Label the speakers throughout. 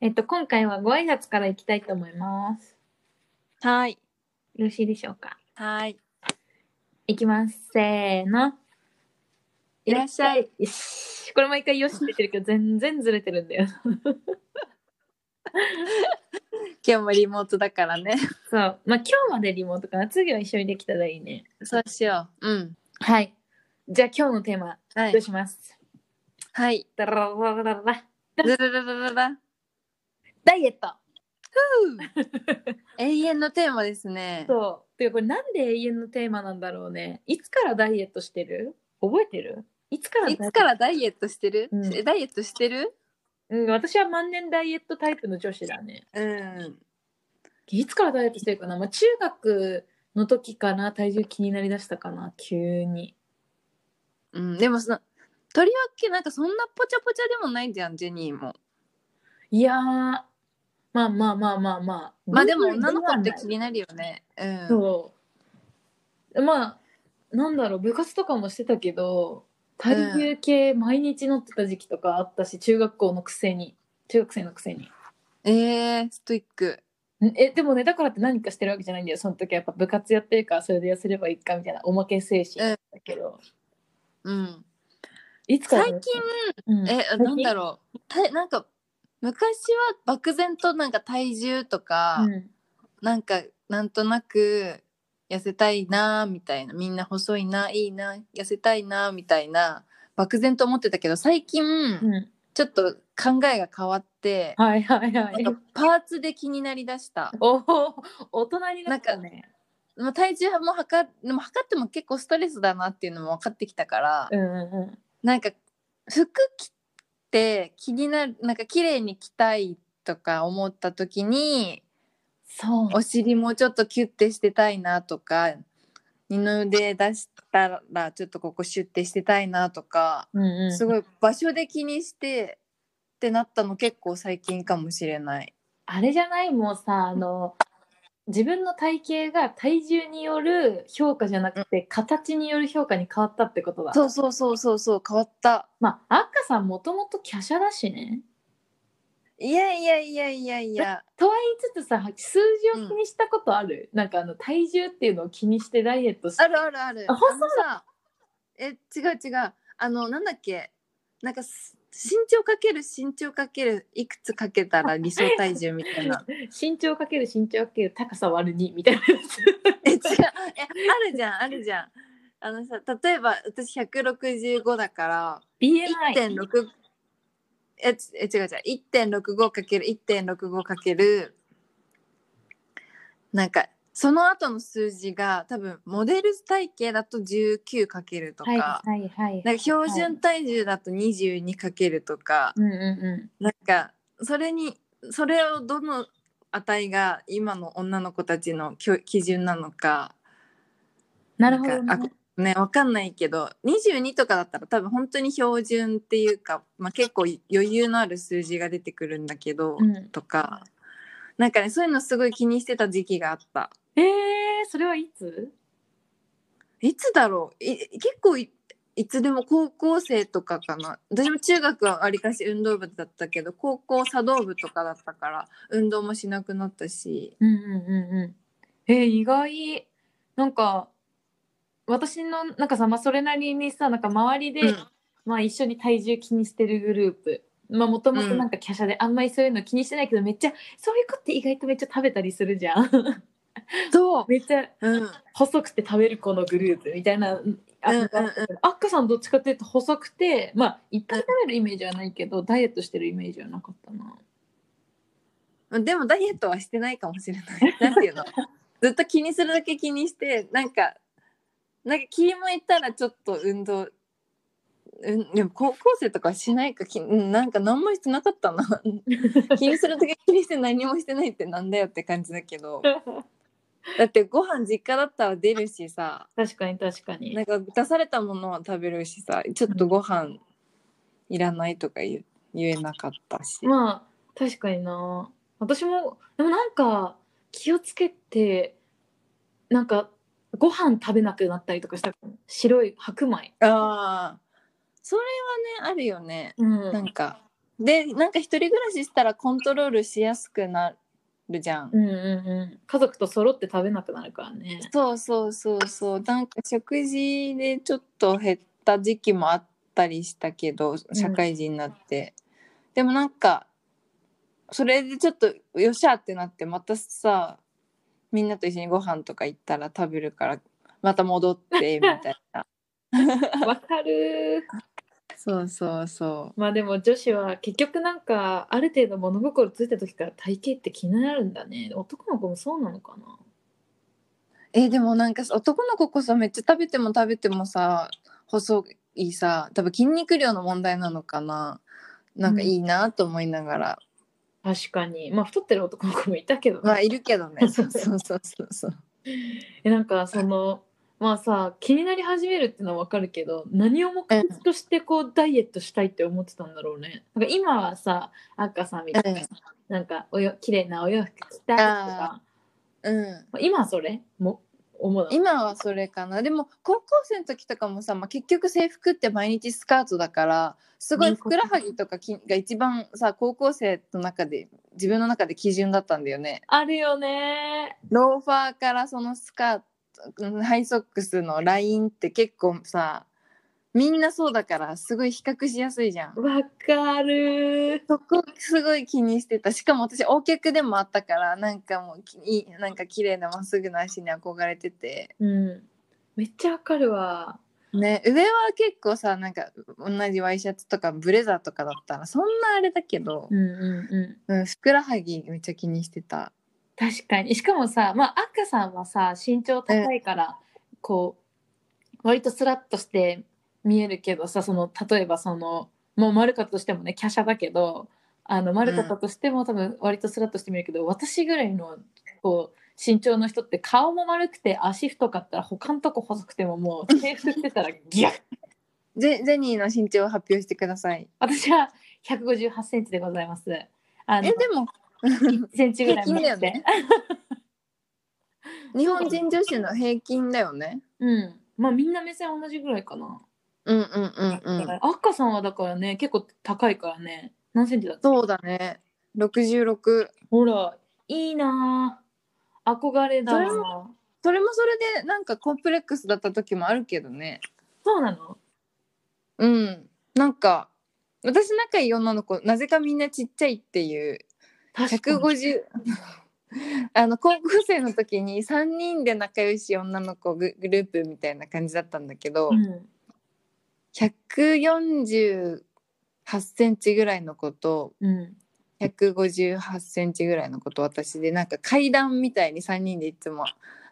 Speaker 1: えっと、今回はご挨拶からいきたいと思います。
Speaker 2: はい。
Speaker 1: よろしいでしょうか。
Speaker 2: はい。
Speaker 1: いきます。せーの。
Speaker 2: いらっしゃい。
Speaker 1: よし。これ毎回よしって言ってるけど、全然ずれてるんだよ。
Speaker 2: 今日もリモートだからね。
Speaker 1: そう。まあ、今日までリモートかな。次は一緒にできたらいいね。
Speaker 2: そうしよう。うん。
Speaker 1: はい。じゃあ今日のテーマ、
Speaker 2: は
Speaker 1: どう
Speaker 2: い。
Speaker 1: します、
Speaker 2: はい。
Speaker 1: ダララララララ
Speaker 2: ずらららら ら。
Speaker 1: ダイエット
Speaker 2: 永遠のテーマですね。
Speaker 1: そう。てかこれなんで永遠のテーマなんだろうね。いつからダイエットしてる覚えてるいつからダイエ
Speaker 2: い
Speaker 1: ット
Speaker 2: つからダイエットしてる、
Speaker 1: うん
Speaker 2: えダイエットしてる
Speaker 1: うん、私は万年ダイエットタイプの女子だね。
Speaker 2: うん。
Speaker 1: いつからダイエットしてるかな、まあ、中学の時かな体重気になりだしたかな急に。
Speaker 2: うん。でもその、とりわけなんかそんなぽちゃぽちゃでもないじゃん、ジェニーも。
Speaker 1: いやー、まあまあまあまあまあ。
Speaker 2: まあでも女の子って気
Speaker 1: に
Speaker 2: になるよね。うん。
Speaker 1: そう。まあ、なんだろう、部活とかもしてたけど、体重計毎日乗ってた時期とかあったし、中学校のくせに。中学生のくせに。
Speaker 2: えー、ストイック。
Speaker 1: んえでもねだからって何かしてるわけじゃないんだよその時はやっぱ部活やってるからそれで痩せればいいかみたいなおまけ精神だけど、
Speaker 2: うん。
Speaker 1: いつから
Speaker 2: 最近、
Speaker 1: うん
Speaker 2: え、
Speaker 1: 最近
Speaker 2: なんだろう。たなんか、昔は漠然となんか体重とか、
Speaker 1: うん
Speaker 2: なんかなんとなく痩せたいなーみたいなみんな細いないいな痩せたいなーみたいな漠然と思ってたけど最近、
Speaker 1: うん、
Speaker 2: ちょっと考えが変わって、
Speaker 1: はいはいはい
Speaker 2: なんかパーツで気になりだした、
Speaker 1: おお大人になったね
Speaker 2: まあ、体重も測でも測っても結構ストレスだなっていうのも分かってきたから、
Speaker 1: うんうんうん
Speaker 2: なんか服着て気になるなんか綺麗に着たいとか思った時に
Speaker 1: そう
Speaker 2: お尻もちょっとキュッてしてたいなとか二の腕出したらちょっとここシュッてしてたいなとか
Speaker 1: うんうん
Speaker 2: すごい場所で気にしてってなったの結構最近かもしれない。
Speaker 1: あれじゃないもうさあの自分の体型が体重による評価じゃなくて形による評価に変わったってことだ
Speaker 2: そうそうそうそうそう変わった。
Speaker 1: まあ赤さんもともと華奢だしね
Speaker 2: いやいやいやいやいや。
Speaker 1: とは言いつつさ数字を気にしたことある、なんかあの体重っていうのを気にしてダイエットして
Speaker 2: あるあるある。
Speaker 1: あ本
Speaker 2: のさえ違う違うあのなんだっけなんかす身長かける身長かけるいくつかけたら理想体重みたいな。
Speaker 1: 身長かける身長かける高さ割る2みたいなや
Speaker 2: え違うえあるじゃんあるじゃんあのさ例えば私165だから
Speaker 1: つ BMI
Speaker 2: 1.6えちえ違う違う1.65かける1.65かけるなんかその後の数字が多分モデル体型だと19かけるとか,、
Speaker 1: はいはいはい
Speaker 2: なんか標準体重だと22かけるとか、
Speaker 1: うんうんう
Speaker 2: なんかそれにそれをどの値が今の女の子たちのきょ基準なのか
Speaker 1: んなるほど
Speaker 2: なんか
Speaker 1: ね
Speaker 2: あねわかんないけど22とかだったら多分本当に標準っていうか、まあ、結構余裕のある数字が出てくるんだけど、
Speaker 1: うん
Speaker 2: とかなんかねそういうのすごい気にしてた時期があった
Speaker 1: えー、それはいつ
Speaker 2: いつだろうい結構いいつでも高校生とかかな私も中学はわりかし運動部だったけど高校茶道部とかだったから運動もしなくなったし
Speaker 1: うんうんうんうんえー、意外なんか私のなんかさ、まあ、それなりにさなんか周りで、
Speaker 2: うん
Speaker 1: まあ、一緒に体重気にしてるグループまあもともとなんか華奢であんまりそういうの気にしてないけどめっちゃそういう子って意外とめっちゃ食べたりするじ ゃん
Speaker 2: そう、
Speaker 1: めっちゃ
Speaker 2: うん、
Speaker 1: 細くて食べる子のグループみたいなあ
Speaker 2: うんうんうん
Speaker 1: アッカさんどっちかっていうと細くてまあいっぱい食べるイメージはないけどダイエットしてるイメージはなかったな
Speaker 2: でもダイエットはしてないかもしれない。 なんていうのずっと気にするだけ気にしてなんかなんか気もいたらちょっと運動うん、でも高校生とかはしないかきうんなんか何もしてなかったな 気にするだけ気にして何もしてないってなんだよって感じだけどだってご飯実家だったら出るしさ
Speaker 1: 確かに確かに
Speaker 2: なんか出されたものは食べるしさちょっとご飯いらないとか言う言えなかったし、
Speaker 1: まあ確かにな私もでもなんか気をつけてなんかご飯食べなくなったりとかしたかも白い白米
Speaker 2: ああそれはねあるよね
Speaker 1: うん
Speaker 2: なんかでなんか一人暮らししたらコントロールしやすくなるじゃん、
Speaker 1: うんうんうん。家族と揃って食べなくなるからね。
Speaker 2: そうそうそうそうなんか食事でちょっと減った時期もあったりしたけど社会人になって、でもなんかそれでちょっとよっしゃってなってまたさみんなと一緒にご飯とか行ったら食べるからまた戻ってみたいな
Speaker 1: わかるー。
Speaker 2: そうそうそ
Speaker 1: まあでも女子は結局なんかある程度物心ついた時から体型って気になるんだね。男の子もそうなのかな。
Speaker 2: うえでもなんかさ男の子こそめっちゃ食べても食べてもさ細いさ多分筋肉量の問題なのかななんかいいなと思いながら、
Speaker 1: 確かに。まあ太ってる男の子もいたけどね、
Speaker 2: まあいるけどね。 そうそうそうそうそう。
Speaker 1: えなんかそのまあさ気になり始めるってのはわかるけど何を目的としてこうダイエットしたいって思ってたんだろうね。なんか今はさ赤さんみたいな、
Speaker 2: うん
Speaker 1: なんかおよ綺麗なお洋服着たいとか
Speaker 2: うん。
Speaker 1: まあ今はそれも主だ。
Speaker 2: 今はそれかな。でも高校生の時とかもさ、まあ、結局制服って毎日スカートだから、すごいふくらはぎとかきが一番さ高校生の中で自分の中で基準だったんだよね。
Speaker 1: あるよね。
Speaker 2: ローファーからそのスカート、うんハイソックスのラインって結構さ、みんなそうだからすごい比較しやすいじゃん。
Speaker 1: わかる。
Speaker 2: そこすごい気にしてたしかも私 O 脚でもあったからなんかもうきいいなんか綺麗なまっすぐな足に憧れてて
Speaker 1: うん。めっちゃわかるわ。
Speaker 2: ね上は結構さなんか同じワイシャツとかブレザーとかだったらそんなあれだけど
Speaker 1: う、んうんうん。
Speaker 2: うん、ふくらはぎめっちゃ気にしてた
Speaker 1: 確かにしかもさまあ赤さんはさ身長高いから、こう割とスラッとして見えるけどさその例えばそのもう丸かったとしてもね華奢だけどあの丸かったとしても、多分割とスラッとして見えるけど私ぐらいのこう身長の人って顔も丸くて足太かったら他のとこ細くてももう制服してた らギャッ
Speaker 2: ゼゼニーの身長を発表してください
Speaker 1: 私は1 5 8センチでございますあ
Speaker 2: え
Speaker 1: の
Speaker 2: でも
Speaker 1: 1センチぐらい
Speaker 2: 平
Speaker 1: 持
Speaker 2: 均だよ
Speaker 1: って
Speaker 2: ね日本人女子の平均だよね
Speaker 1: うんまあみんな目線同じぐらいかな
Speaker 2: うんうんうんう
Speaker 1: だか
Speaker 2: ん
Speaker 1: ら赤さんはだからね結構高いからね何センチだっけ
Speaker 2: そうだね66
Speaker 1: ほらいいなぁ憧れだ
Speaker 2: それ
Speaker 1: わ
Speaker 2: それもそれでなんかコンプレックスだった時もあるけどね
Speaker 1: そうなの
Speaker 2: うんなんか私仲いい女の子なぜかみんなちっちゃいっていう
Speaker 1: 確かに
Speaker 2: 150あの高校生の時に3人で仲良し女の子ググループみたいな感じだったんだけど、
Speaker 1: うん
Speaker 2: 148センチぐらいの子と
Speaker 1: うん
Speaker 2: 158センチぐらいの子と私でなんか階段みたいに3人でいつも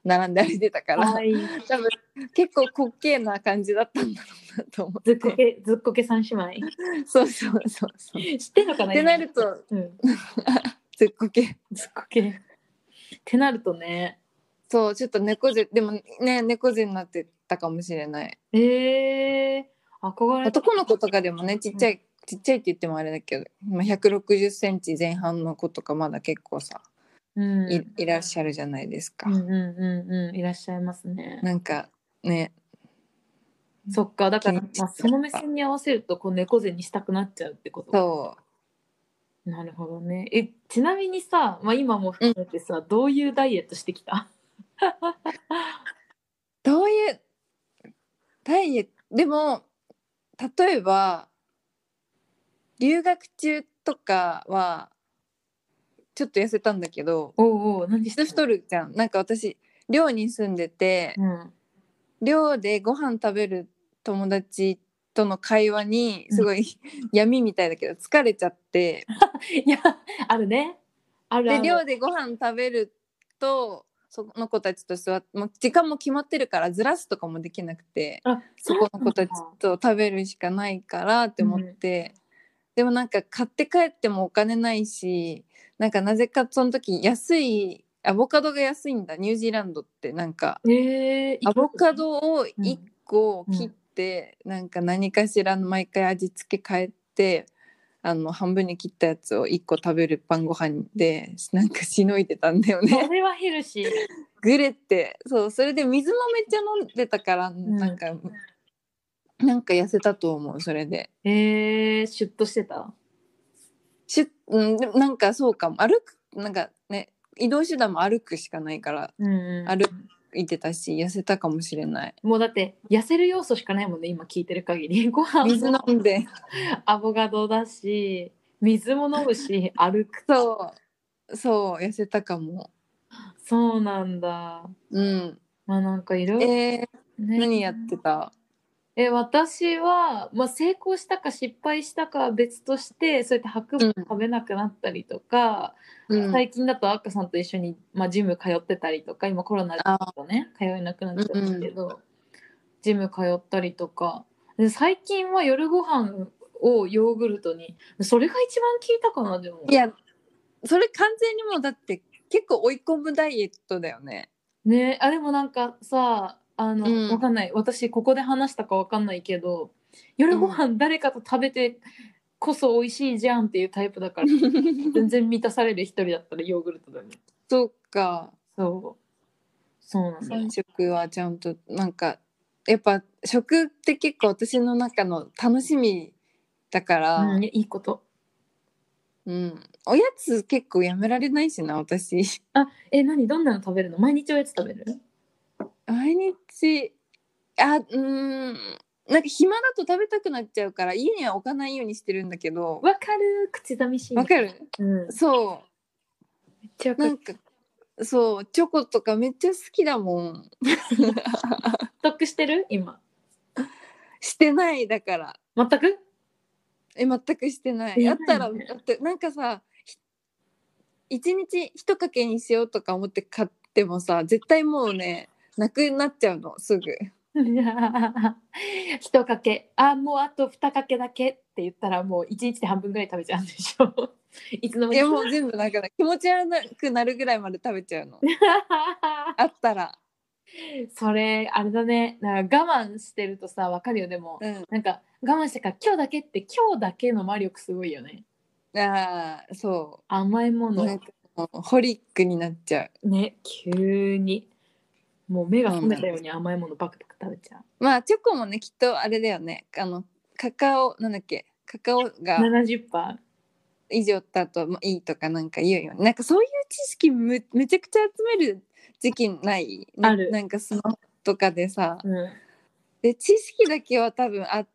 Speaker 2: 並んで歩いてたか
Speaker 1: からわいい
Speaker 2: 多分結構滑稽な感じだったんだろうなと思
Speaker 1: ず
Speaker 2: っ
Speaker 1: っこ
Speaker 2: て
Speaker 1: けずっこけ三姉妹
Speaker 2: そうそうそうそうっ
Speaker 1: 知ってんのかな
Speaker 2: てなる、と
Speaker 1: 今うん、
Speaker 2: ずっこけ
Speaker 1: ずっこけってなるとね
Speaker 2: そうちょっと猫背でもね猫背になってたかもしれない
Speaker 1: えー、憧れ
Speaker 2: 男の子とかでもねちっちゃい、ちっちゃいって言ってもあれだけどまあ160センチ前半の子とかまだ結構さ
Speaker 1: うん
Speaker 2: いいらっしゃるじゃないですか、
Speaker 1: うんうんうんうんいらっしゃいますね
Speaker 2: なんかね
Speaker 1: そっかだから、
Speaker 2: 緊張
Speaker 1: まあ、その目線に合わせるとこう猫背にしたくなっちゃうってことか
Speaker 2: そう
Speaker 1: なるほどね。え、ちなみにさ、まあ、今も含めてさ、どういうダイエットしてきた
Speaker 2: どういうダイエットでも例えば留学中とかはちょっと痩せたんだけど
Speaker 1: おうおう、何し
Speaker 2: ずっと
Speaker 1: てた
Speaker 2: 太るじゃんなんか私寮に住んでて
Speaker 1: うん。
Speaker 2: 寮でご飯食べる友達との会話にすごい闇みたいだけど疲れちゃって
Speaker 1: いや、あるね。あるあ
Speaker 2: で
Speaker 1: る。
Speaker 2: 寮でご飯食べるとその子たちと座ってもう時間も決まってるからずらすとかもできなくて
Speaker 1: あ
Speaker 2: そこの子たちと食べるしかないからって思って、でもなんか買って帰ってもお金ないしなんかなぜかその時安いアボカドが安いんだニュージーランドってなんか
Speaker 1: えー、
Speaker 2: アボカ
Speaker 1: い
Speaker 2: ドを1個切って、なんか何かしらの毎回味付け変えてあの半分に切ったやつを1個食べる晩ご飯でなんかしのいでたんだよ
Speaker 1: いね
Speaker 2: ね
Speaker 1: それはヘルシー。
Speaker 2: ぐれってそうそれで水もめっちゃ飲んでたからなんか、なんか痩せたと思うそれで
Speaker 1: えー、シュッとしてた。
Speaker 2: しうん、でもなんかそうかも歩くなんかね移動手段も歩くしかないから
Speaker 1: うんうん
Speaker 2: 歩いてたし痩せたかもしれない
Speaker 1: もうだって痩せる要素しかないもんね今聞いてる限り ご飯
Speaker 2: 水飲
Speaker 1: も
Speaker 2: んで
Speaker 1: アボカドだし水も飲む し歩くと
Speaker 2: そうそう痩せたかも
Speaker 1: そうなんだ
Speaker 2: うん
Speaker 1: まあなんかいろいろ
Speaker 2: えー、
Speaker 1: ね
Speaker 2: 何やってた
Speaker 1: え私は、まあ、成功したか失敗したかは別としてそうやって白米
Speaker 2: うん
Speaker 1: 食べなくなったりとか、
Speaker 2: うん
Speaker 1: 最近だと赤さんと一緒に、まあ、ジム通ってたりとか今コロナでちょっとね通えなくなっちゃったけど、ジム通ったりとかで最近は夜ご飯をヨーグルトにそれが一番効いたかなでも
Speaker 2: いやそれ完全にもうだって結構追い込むダイエットだよね
Speaker 1: ねあでもなんかさあの、
Speaker 2: うん
Speaker 1: わかんない私ここで話したかわかんないけど夜ご飯誰かと食べてこそ美味しいじゃんっていうタイプだ から全然満たされる一人だったらヨーグルトだね
Speaker 2: そうか
Speaker 1: そうそうなんだよ
Speaker 2: 3食はちゃんとなんかやっぱ食って結構私の中の楽しみだから、
Speaker 1: うん、いいこと
Speaker 2: うん、おやつ結構やめられないしな私
Speaker 1: え何どんなの食べるの毎日おやつ食べる
Speaker 2: 毎日あうーんなんか暇だと食べたくなっちゃうから家には置かないようにしてるんだけど
Speaker 1: わかる口寂しい
Speaker 2: わかる
Speaker 1: うんめっ
Speaker 2: そ
Speaker 1: ちゃわ
Speaker 2: う
Speaker 1: か
Speaker 2: な
Speaker 1: る
Speaker 2: んかそうチョコとかめっちゃ好きだもん
Speaker 1: ストックしてる今
Speaker 2: してないだから
Speaker 1: 全く
Speaker 2: え全くしてな
Speaker 1: え
Speaker 2: いあったら
Speaker 1: ないね
Speaker 2: だってなんかさひ一日一かけにしようとか思って買ってもさ絶対もうねなくなっちゃうのすぐ
Speaker 1: いやー 一かけあもうあと二かけだけって言ったらもう一日で半分ぐらい食べちゃうんでしょ いつの間に
Speaker 2: いや
Speaker 1: か
Speaker 2: もう全部なんかね気持ち悪くなるぐらいまで食べちゃうのあったら
Speaker 1: それあれだねなんか我慢してるとさわかるよでも
Speaker 2: うん
Speaker 1: なんか我慢してから今日だけって今日だけの魔力すごいよね
Speaker 2: あーそ
Speaker 1: 甘いも
Speaker 2: うなん
Speaker 1: の
Speaker 2: かもうホリックになっちゃ
Speaker 1: ね急にもう目が覚めたように甘いものバクバク食べちゃう
Speaker 2: うまあチョコもねきっとあれだよねあのカカオなんだっけカカオが
Speaker 1: 70%パ
Speaker 2: 以上だともういいとかなんか言うよねなんかそういう知識むめちゃくちゃ集める時期ないな
Speaker 1: ある
Speaker 2: なんかスマホとかでさ
Speaker 1: ー、うん、
Speaker 2: で知識だけは多分あ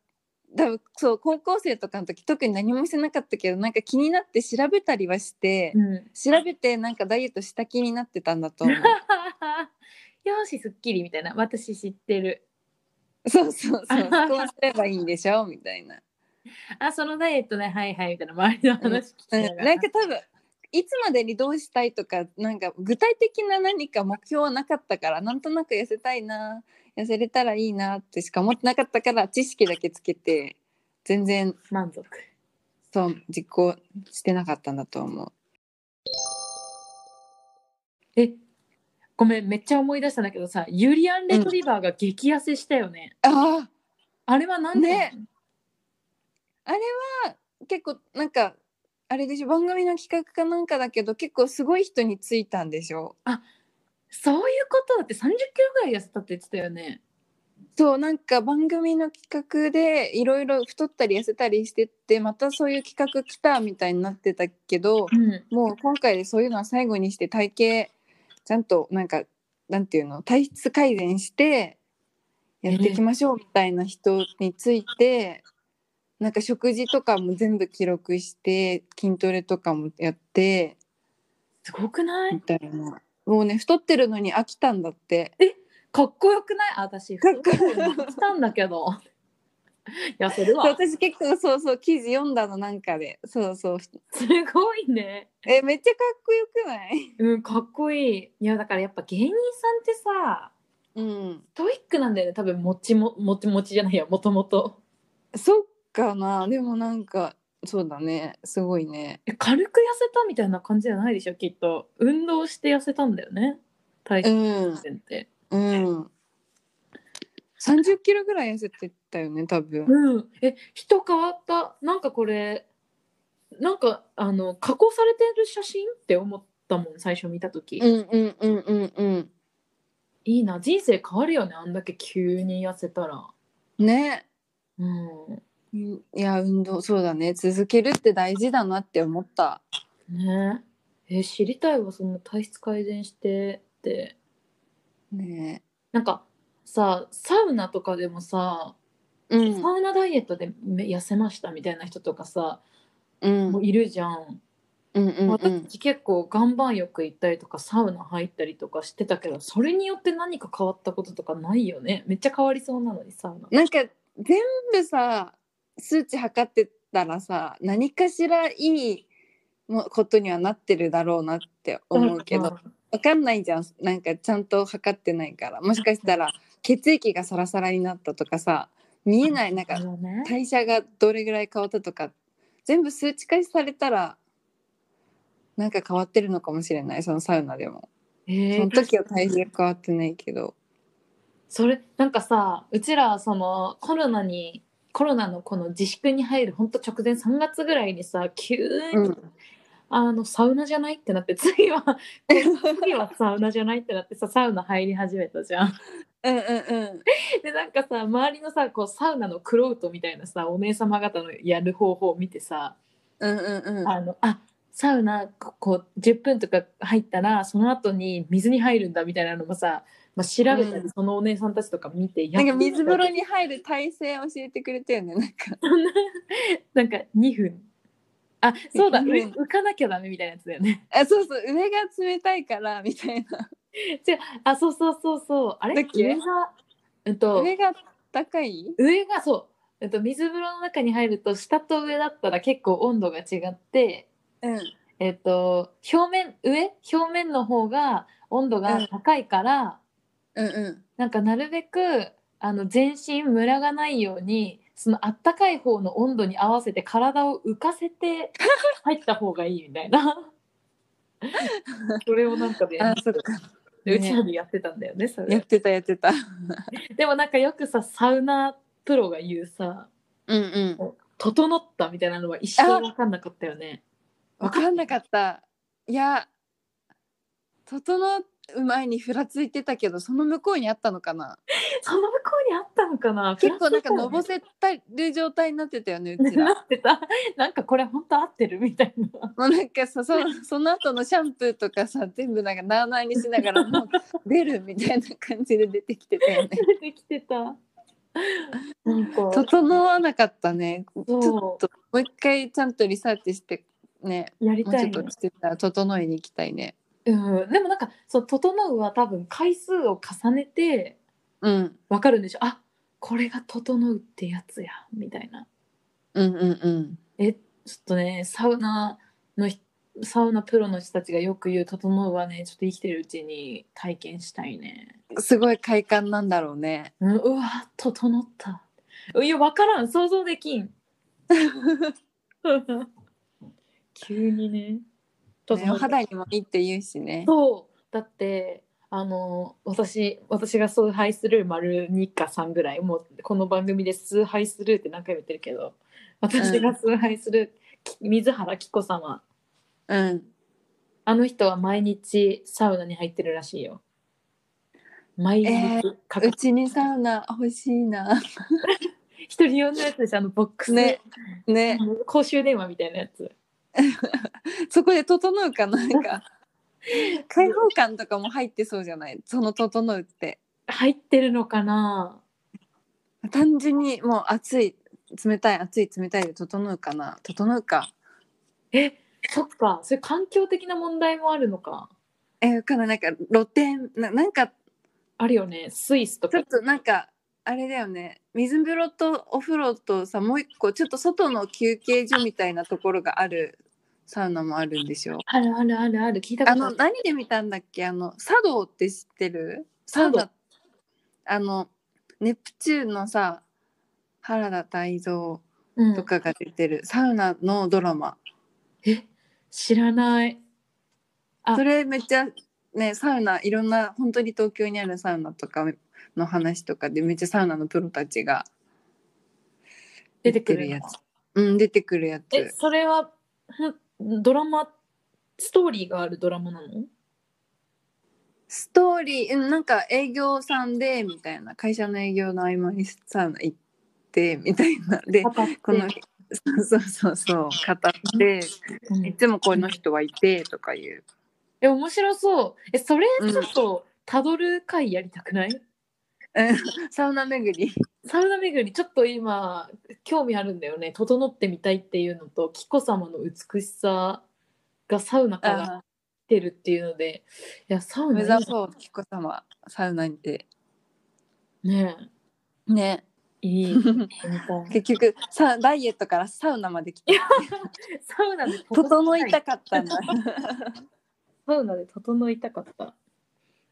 Speaker 2: 多分そう高校生とかの時特に何もしてなかったけどなんか気になって調べたりはして、
Speaker 1: うん、
Speaker 2: 調べてなんかダイエットした気になってたんだ と思う
Speaker 1: よしすっきりみたいな私知ってる
Speaker 2: そうそう そうこうすればいいんでしょみたいな、
Speaker 1: あ、そのダイエットね、はいはいみたいな周りの話聞き
Speaker 2: うん
Speaker 1: ながら。
Speaker 2: なんか多分いつまでにどうしたいとかなんか具体的な何か目標はなかったからなんとなく痩せたいな痩せれたらいいなってしか思ってなかったから知識だけつけて全然
Speaker 1: 満足。
Speaker 2: そう実行してなかったんだと思う
Speaker 1: え、ごめん、めっちゃ思い出したんだけどさ、ユリアンレトリバーが激痩せしたよね。
Speaker 2: あ
Speaker 1: あれはなんで、
Speaker 2: ねあ結構なんかあれでしょ番組の企画かなんかだけど結構すごい人についたんでしょ
Speaker 1: そういうことだって30キロぐらい痩せたって言ってたよね。
Speaker 2: そうなんか番組の企画でいろいろ太ったり痩せたりしてってまたそういう企画来たみたいになってたけど
Speaker 1: うん。
Speaker 2: もう今回でそういうのは最後にして体型ちゃんとなんかなんていうの体質改善してやっていきましょうみたいな人について、なんか食事とかも全部記録して筋トレとかもやって
Speaker 1: すごくない
Speaker 2: みたいなもうね太ってるのに飽きたんだって。
Speaker 1: かっこよくないあ私、
Speaker 2: かっこ
Speaker 1: 太もも来たんだけど。痩せる
Speaker 2: そう
Speaker 1: わ。
Speaker 2: 私結構そうそう記事読んだのなんかでそうそう
Speaker 1: すごいね。
Speaker 2: えめっちゃかっこよくない
Speaker 1: うん、かっこいい。いや、だからやっぱ芸人さんってさ、
Speaker 2: うん
Speaker 1: トイックなんだよね、多分、もちも、もちもちじゃないや、もともと。
Speaker 2: そっかなでもなんかそうだねすごいね
Speaker 1: え軽く痩せたみたいな感じじゃないでしょきっと運動して痩せたんだよね体
Speaker 2: う
Speaker 1: 脂
Speaker 2: ん
Speaker 1: 肪って、
Speaker 2: うん30キロぐらい痩せてったよね多分
Speaker 1: うんえ人変わったなんかこれなんかあの加工されてる写真って思ったもん最初見た時、
Speaker 2: うんうんうんうん
Speaker 1: いいな人生変わるよねあんだけ急に痩せたら
Speaker 2: うんね
Speaker 1: うん
Speaker 2: うんいや運動そうだね続けるって大事だなって思った
Speaker 1: ねえー知りたいわその体質改善してって
Speaker 2: ね
Speaker 1: なんかさサウナとかでもさ、
Speaker 2: う
Speaker 1: サ
Speaker 2: ん
Speaker 1: ウナダイエットでめ痩せましたみたいな人とかさ、
Speaker 2: うん
Speaker 1: もういるじゃん、
Speaker 2: うんうん
Speaker 1: 私たち結構岩盤浴行ったりとかサウナ入ったりとかしてたけどそれによって何か変わったこととかないよねめっちゃ変わりそうなのにサウナ
Speaker 2: なんか全部さ数値測ってたらさ何かしらいいもことにはなってるだろうなって思うけど、わかんないじゃんなんかちゃんと測ってないからもしかしたら血液がサラサラになったとかさ見えないなんか
Speaker 1: そうね
Speaker 2: 代謝がどれぐらい変わったとか全部数値化されたらなんか変わってるのかもしれないそのサウナでも、
Speaker 1: えー
Speaker 2: その時は体重変わってないけど
Speaker 1: それなんかさうちらそのコロナにコロナのこの自粛に入るほんと直前3月ぐらいにさ急に、
Speaker 2: うん
Speaker 1: あのサウナじゃないってなって次は次はサウナじゃないってなってさサウナ入り始めたじゃん。
Speaker 2: うんうんうん
Speaker 1: でなんかさ周りのさこうサウナのクロートみたいなさお姉様方のやる方法を見てさ
Speaker 2: うんうんうん
Speaker 1: あのあサウナここう10分とか入ったらその後に水に入るんだみたいなのもさ、まあ、調べた
Speaker 2: う
Speaker 1: りそのお姉さんたちとか見てやっ
Speaker 2: なんか水風呂に入る体勢教えてくれたよねなんか
Speaker 1: なんか2分。あそうだ、
Speaker 2: うん
Speaker 1: 浮かなきゃダメみたいなやつだよね。
Speaker 2: あそうそう上が冷たいからみたいな
Speaker 1: あそうそうそうそうあれ
Speaker 2: だっけ
Speaker 1: 上が、うん、と
Speaker 2: 上が高い
Speaker 1: 上がそう、うん、と水風呂の中に入ると下と上だったら結構温度が違って、
Speaker 2: うん
Speaker 1: えっと表面上表面の方が温度が高いから、
Speaker 2: うんう
Speaker 1: なんかなるべくあの全身ムラがないようにそのあったかい方の温度に合わせて体を浮かせ て入った方がいいみたい なそれをなんかで、
Speaker 2: んあそっか
Speaker 1: うちらでやってたんだよねそれ
Speaker 2: やってたやってた
Speaker 1: でもなんかよくさサウナプロが言うさ
Speaker 2: うんうん
Speaker 1: 「整った」みたいなのは一生分かんなかったよね
Speaker 2: わかんなかったいや整う前にふらついてたけどその向こうにあったのかな
Speaker 1: その向こうにあったのかな
Speaker 2: 結構なんか
Speaker 1: フラ
Speaker 2: のぼ
Speaker 1: ンス
Speaker 2: せたる状態になってた よねうち
Speaker 1: だよね
Speaker 2: ら
Speaker 1: なってたなんかこれ本当合ってるみたいな
Speaker 2: もうなんかさそその後のシャンプーとかさ全部なんかなあなあにしながらもう出るみたいな感じで出てきてたよね
Speaker 1: 出てきてたなんか
Speaker 2: 整わなかったねち
Speaker 1: そう
Speaker 2: ょっともう一回ちゃんとリサーチしてね
Speaker 1: やり
Speaker 2: もう
Speaker 1: た
Speaker 2: ちょ
Speaker 1: い
Speaker 2: っ
Speaker 1: ね
Speaker 2: としてたら整いに行きたいね
Speaker 1: うん、でもなんかそう整うは多分回数を重ねて
Speaker 2: うん
Speaker 1: わかるんでしょあこれが整うってやつやみたいな
Speaker 2: うんうんうん
Speaker 1: えちょっとねサウナのひサウナプロの人たちがよく言う整うはねちょっと生きてるうちに体験したいね、
Speaker 2: すごい快感なんだろうね
Speaker 1: うん、うわ整ったいやわからん想像できん急にね
Speaker 2: ねお肌にもいいって言うしね
Speaker 1: そうだってあの私私が崇拝する丸2か3ぐらいもうこの番組で崇拝するって何回も言ってるけど私が崇拝する、き水原希子様
Speaker 2: うん
Speaker 1: あの人は毎日サウナに入ってるらしいよ毎日、
Speaker 2: えー
Speaker 1: かか
Speaker 2: うちにサウナ欲しいな
Speaker 1: 一人用のやつでしょあのボックス、
Speaker 2: ねね
Speaker 1: あの 公衆電話みたいなやつ
Speaker 2: そこで整うかななんか開放感とかも入ってそうじゃないその整うって
Speaker 1: 入ってるのかな
Speaker 2: 単純にもう暑い冷たい暑い冷たいで整うかな整うか
Speaker 1: えそっかそれ環境的な問題もあるのか
Speaker 2: えー、かななんか露天ななんか
Speaker 1: あるよねスイスと
Speaker 2: ち
Speaker 1: か
Speaker 2: ょっとなんかあれだよね水風呂とお風呂とさもう一個ちょっと外の休憩所みたいなところがあるサウナもあるんでしょ
Speaker 1: あるあるあるある聞いた
Speaker 2: あ
Speaker 1: ことあ
Speaker 2: の
Speaker 1: る
Speaker 2: 何で見たんだっけあの茶道って知ってるサ
Speaker 1: 茶
Speaker 2: ウ
Speaker 1: 道
Speaker 2: ナあのネプチューンのさ原田泰造
Speaker 1: うん
Speaker 2: とかが出てる、サウナのドラマ
Speaker 1: え知らないあ
Speaker 2: それめっちゃねサウナいろんな本当に東京にあるサウナとかの話とかでめっちゃサウナのプロたちが
Speaker 1: 出てくる
Speaker 2: や
Speaker 1: や
Speaker 2: つ
Speaker 1: つ。
Speaker 2: うん出てくるやつ
Speaker 1: えそれはんドラマストーリーがあるドラマなの
Speaker 2: ストーリーうんなんか営業さんでみたいな会社の営業の合間にサウナ行っってみたいなで
Speaker 1: 語って
Speaker 2: このそうそうそう語って
Speaker 1: うん
Speaker 2: いつもこの人はいてとかいう
Speaker 1: え面白そうえそれ
Speaker 2: うん
Speaker 1: ちょっとたどる回やりたくない、
Speaker 2: うんサウナ巡り
Speaker 1: サウナ巡りちょっと今興味あるんだよね整ってみたいっていうのと紀子様の美しさがサウナから来てるっていうのでいやサウナ
Speaker 2: 目
Speaker 1: いい
Speaker 2: 指そう紀子様サウナにて
Speaker 1: ねえ
Speaker 2: ね
Speaker 1: いいみ たい
Speaker 2: 結局さダイエットからサウナまで来て
Speaker 1: サウナで
Speaker 2: 整いたかったんだ
Speaker 1: サウナで整いたかった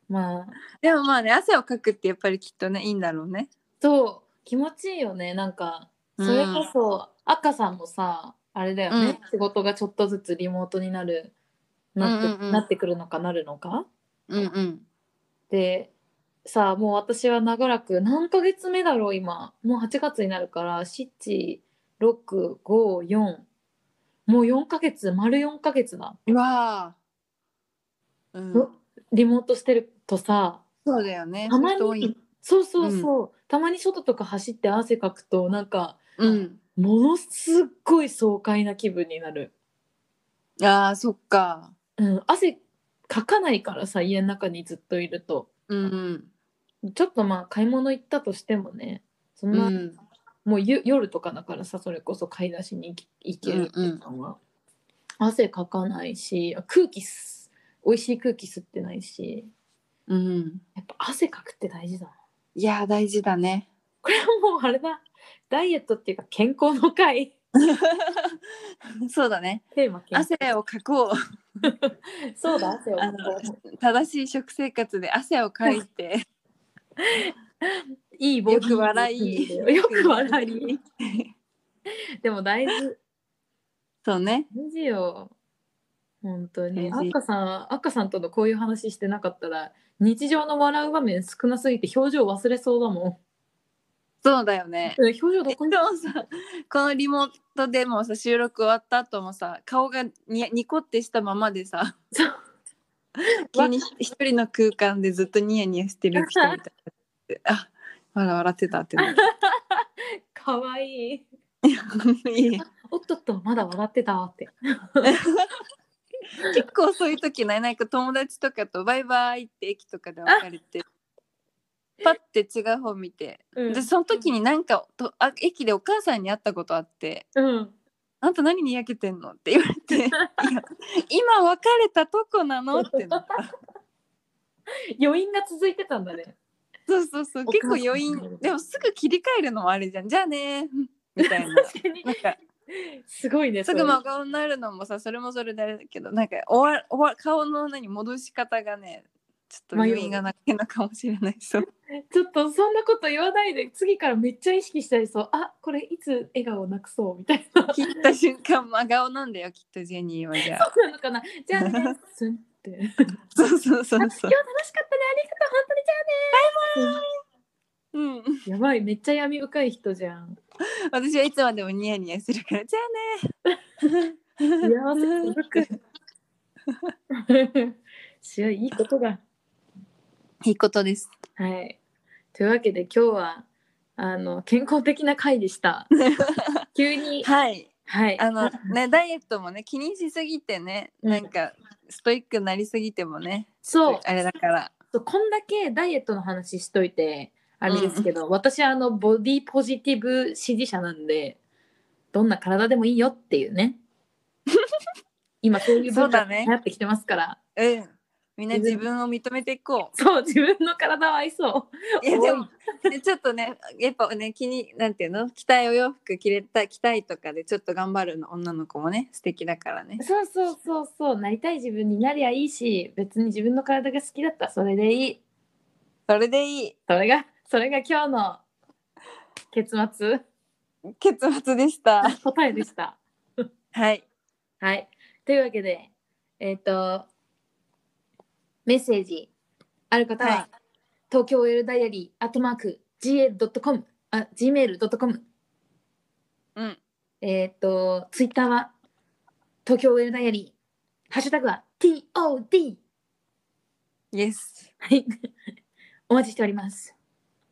Speaker 1: まあ
Speaker 2: でもまあね汗をかくってやっぱりきっとねいいんだろうね
Speaker 1: そう気持ちいいよねなんかそれこそ、赤さんもさあれだよね、仕事がちょっとずつリモートになるなって,、
Speaker 2: うんうんうん
Speaker 1: なってくるのかなるのか
Speaker 2: うんうん
Speaker 1: でさあもう私は長らく何ヶ月目だろう今もう8月になるから76544もう4ヶ月丸4ヶ月だ
Speaker 2: うわーうん
Speaker 1: おリモートしてるとさ
Speaker 2: そうだよね
Speaker 1: たま
Speaker 2: ちょっと多い
Speaker 1: にそうそうそう、たまに外とか走って汗かくとなんか
Speaker 2: うん
Speaker 1: ものすっごい爽快な気分になる、
Speaker 2: あーそっか
Speaker 1: うん、汗かかないからさ家の中にずっといると
Speaker 2: うん
Speaker 1: ちょっとまあ買い物行ったとしてもねそん
Speaker 2: うん
Speaker 1: な、
Speaker 2: うん
Speaker 1: もうゆ夜とかだからさそれこそ買い出しに行き行ける
Speaker 2: うんうん
Speaker 1: 時間は、汗かかないし空気吸美味しい空気吸ってないし
Speaker 2: うん
Speaker 1: やっぱ汗かくって大事だない
Speaker 2: やー大事だね
Speaker 1: これはもうあれだダイエットっていうか健康の回
Speaker 2: そうだね
Speaker 1: テーマ健康
Speaker 2: 汗をかこう
Speaker 1: そうだ汗を
Speaker 2: あの正しい食生活で汗をかいて
Speaker 1: いいボデ
Speaker 2: よ
Speaker 1: ィ
Speaker 2: く笑い
Speaker 1: よく笑いでも大事
Speaker 2: そうね
Speaker 1: 大事よ本当に
Speaker 2: 大事
Speaker 1: 赤さん赤さんとのこういう話してなかったら日常の笑う場面少なすぎて表情忘れそうだも
Speaker 2: そうだよね
Speaker 1: んうん表情ど
Speaker 2: で
Speaker 1: こ
Speaker 2: も
Speaker 1: に
Speaker 2: さこのリモートでもさ収録終わった後もさ顔がにニコってしたままでさ
Speaker 1: そう
Speaker 2: 急に一人の空間でずっとニヤニヤしてる人みたいなあ笑笑ってたってなる
Speaker 1: かわいい
Speaker 2: いい
Speaker 1: おっとっとまだ笑ってたわって
Speaker 2: 結構そういう時ないなんか友達とかとバイバイって駅とかで別れてパッて違う方見て
Speaker 1: うん
Speaker 2: でその時になんかとあ駅でお母さんに会ったことあって
Speaker 1: うん
Speaker 2: 「あんた何にやけてんの?」って言われ て「いや今別れたとこなの?」ってなった
Speaker 1: 余韻が続いてたんだね
Speaker 2: そうそうそう
Speaker 1: お
Speaker 2: 結
Speaker 1: 母
Speaker 2: 構
Speaker 1: さん
Speaker 2: 余韻でもすぐ切り替えるのもあれじゃん「じゃあね」みた いな。
Speaker 1: 確かに
Speaker 2: なんか
Speaker 1: すごいね
Speaker 2: す
Speaker 1: そ
Speaker 2: ぐ
Speaker 1: れ
Speaker 2: 真顔になるのもさそれもそれであれだけどなんか終わ終わ顔の何戻し方がねちょっと余韻がなくてなかもしれないそう
Speaker 1: ちょっとそんなこと言わないで次からめっちゃ意識したりそうあこれいつ笑顔なくそうみたいな
Speaker 2: 切った瞬間真顔なんだよきっとジェニーはじゃ あ
Speaker 1: そうなのかなじゃあねすんって
Speaker 2: そうそうそうそう
Speaker 1: 今日楽しかったねありがとう本当にじゃ
Speaker 2: うん
Speaker 1: あねやばいめっちゃ闇深い人じゃ ん
Speaker 2: 私はいつまでもニヤニヤするからじゃあね
Speaker 1: 幸せ続 くしいいことだ
Speaker 2: いいことです
Speaker 1: はいというわけで今日はあの健康的な回でした 急に
Speaker 2: はい
Speaker 1: はい
Speaker 2: あ のねダイエットもね気にしすぎてね
Speaker 1: うん
Speaker 2: なんかストイックになりすぎてもね
Speaker 1: そう
Speaker 2: あれだから
Speaker 1: そうこんだけダイエットの話しといてあれですけど、私はあのボディポジティブ支持者なんでどんな体でもいいよっていう ね今そういう
Speaker 2: そ
Speaker 1: 文
Speaker 2: う
Speaker 1: 化
Speaker 2: だ
Speaker 1: に
Speaker 2: ね
Speaker 1: なってきてますから
Speaker 2: うんみんな自分を認めていこ
Speaker 1: そう,、自分の体は合いそう
Speaker 2: ういやでもねちょっとねやっぱね気になんていうの着たいお洋服着れた着たいとかでちょっと頑張るの女の子もね素敵だからね
Speaker 1: そうそうそうそうなりたい自分になりゃいいし別に自分の体が好きだったらそれでいい
Speaker 2: それでいい
Speaker 1: それがそれが今日の結末
Speaker 2: 結末でした
Speaker 1: 答えでした。
Speaker 2: はい
Speaker 1: はい。というわけで、えっ、と、メッセージある方は、
Speaker 2: はい
Speaker 1: 東京 OL ダイアリー、アットマーク、gl.com、あ、gmail.com、
Speaker 2: うん
Speaker 1: えっ、と、ツイッターは、東京 OL ダイアリー、ハッシュタグは TOD。
Speaker 2: イエス
Speaker 1: はい。お待ちしております。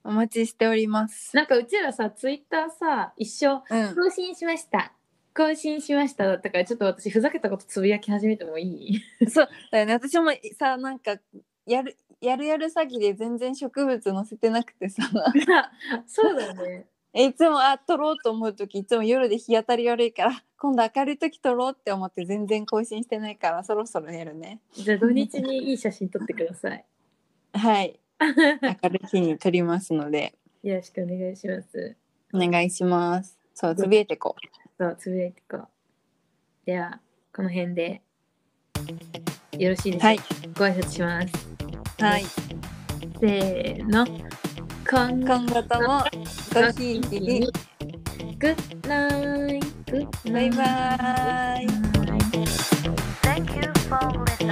Speaker 2: お待ちしております。
Speaker 1: なんかうちらさツイッターさ一生
Speaker 2: うん。
Speaker 1: 更新しました更新しましただったからちょっと私ふざけたことつぶやき始めてもいい
Speaker 2: そうだよね私もさなんかやるやるやる詐欺で全然植物載せてなくてさ
Speaker 1: そうだよね
Speaker 2: えいつもあ撮ろうと思う時いつも夜で日当たり悪いから今度明るい時撮ろうって思って全然更新してないからそろそろやるね
Speaker 1: じゃあ土日にいい写真撮ってください
Speaker 2: はい明るい日に撮りますので
Speaker 1: よろしくお願いします
Speaker 2: お願いしますそうつぶやいてこう
Speaker 1: そうつぶやいていこうではこの辺でよろしいですか、
Speaker 2: はい
Speaker 1: ご挨拶します
Speaker 2: はい
Speaker 1: せーのこん
Speaker 2: 今後ともごひいきに
Speaker 1: グッナイグッ
Speaker 2: バ
Speaker 1: ナ
Speaker 2: イ
Speaker 1: イ
Speaker 2: バーイ
Speaker 1: Bye.
Speaker 3: Thank you for listening.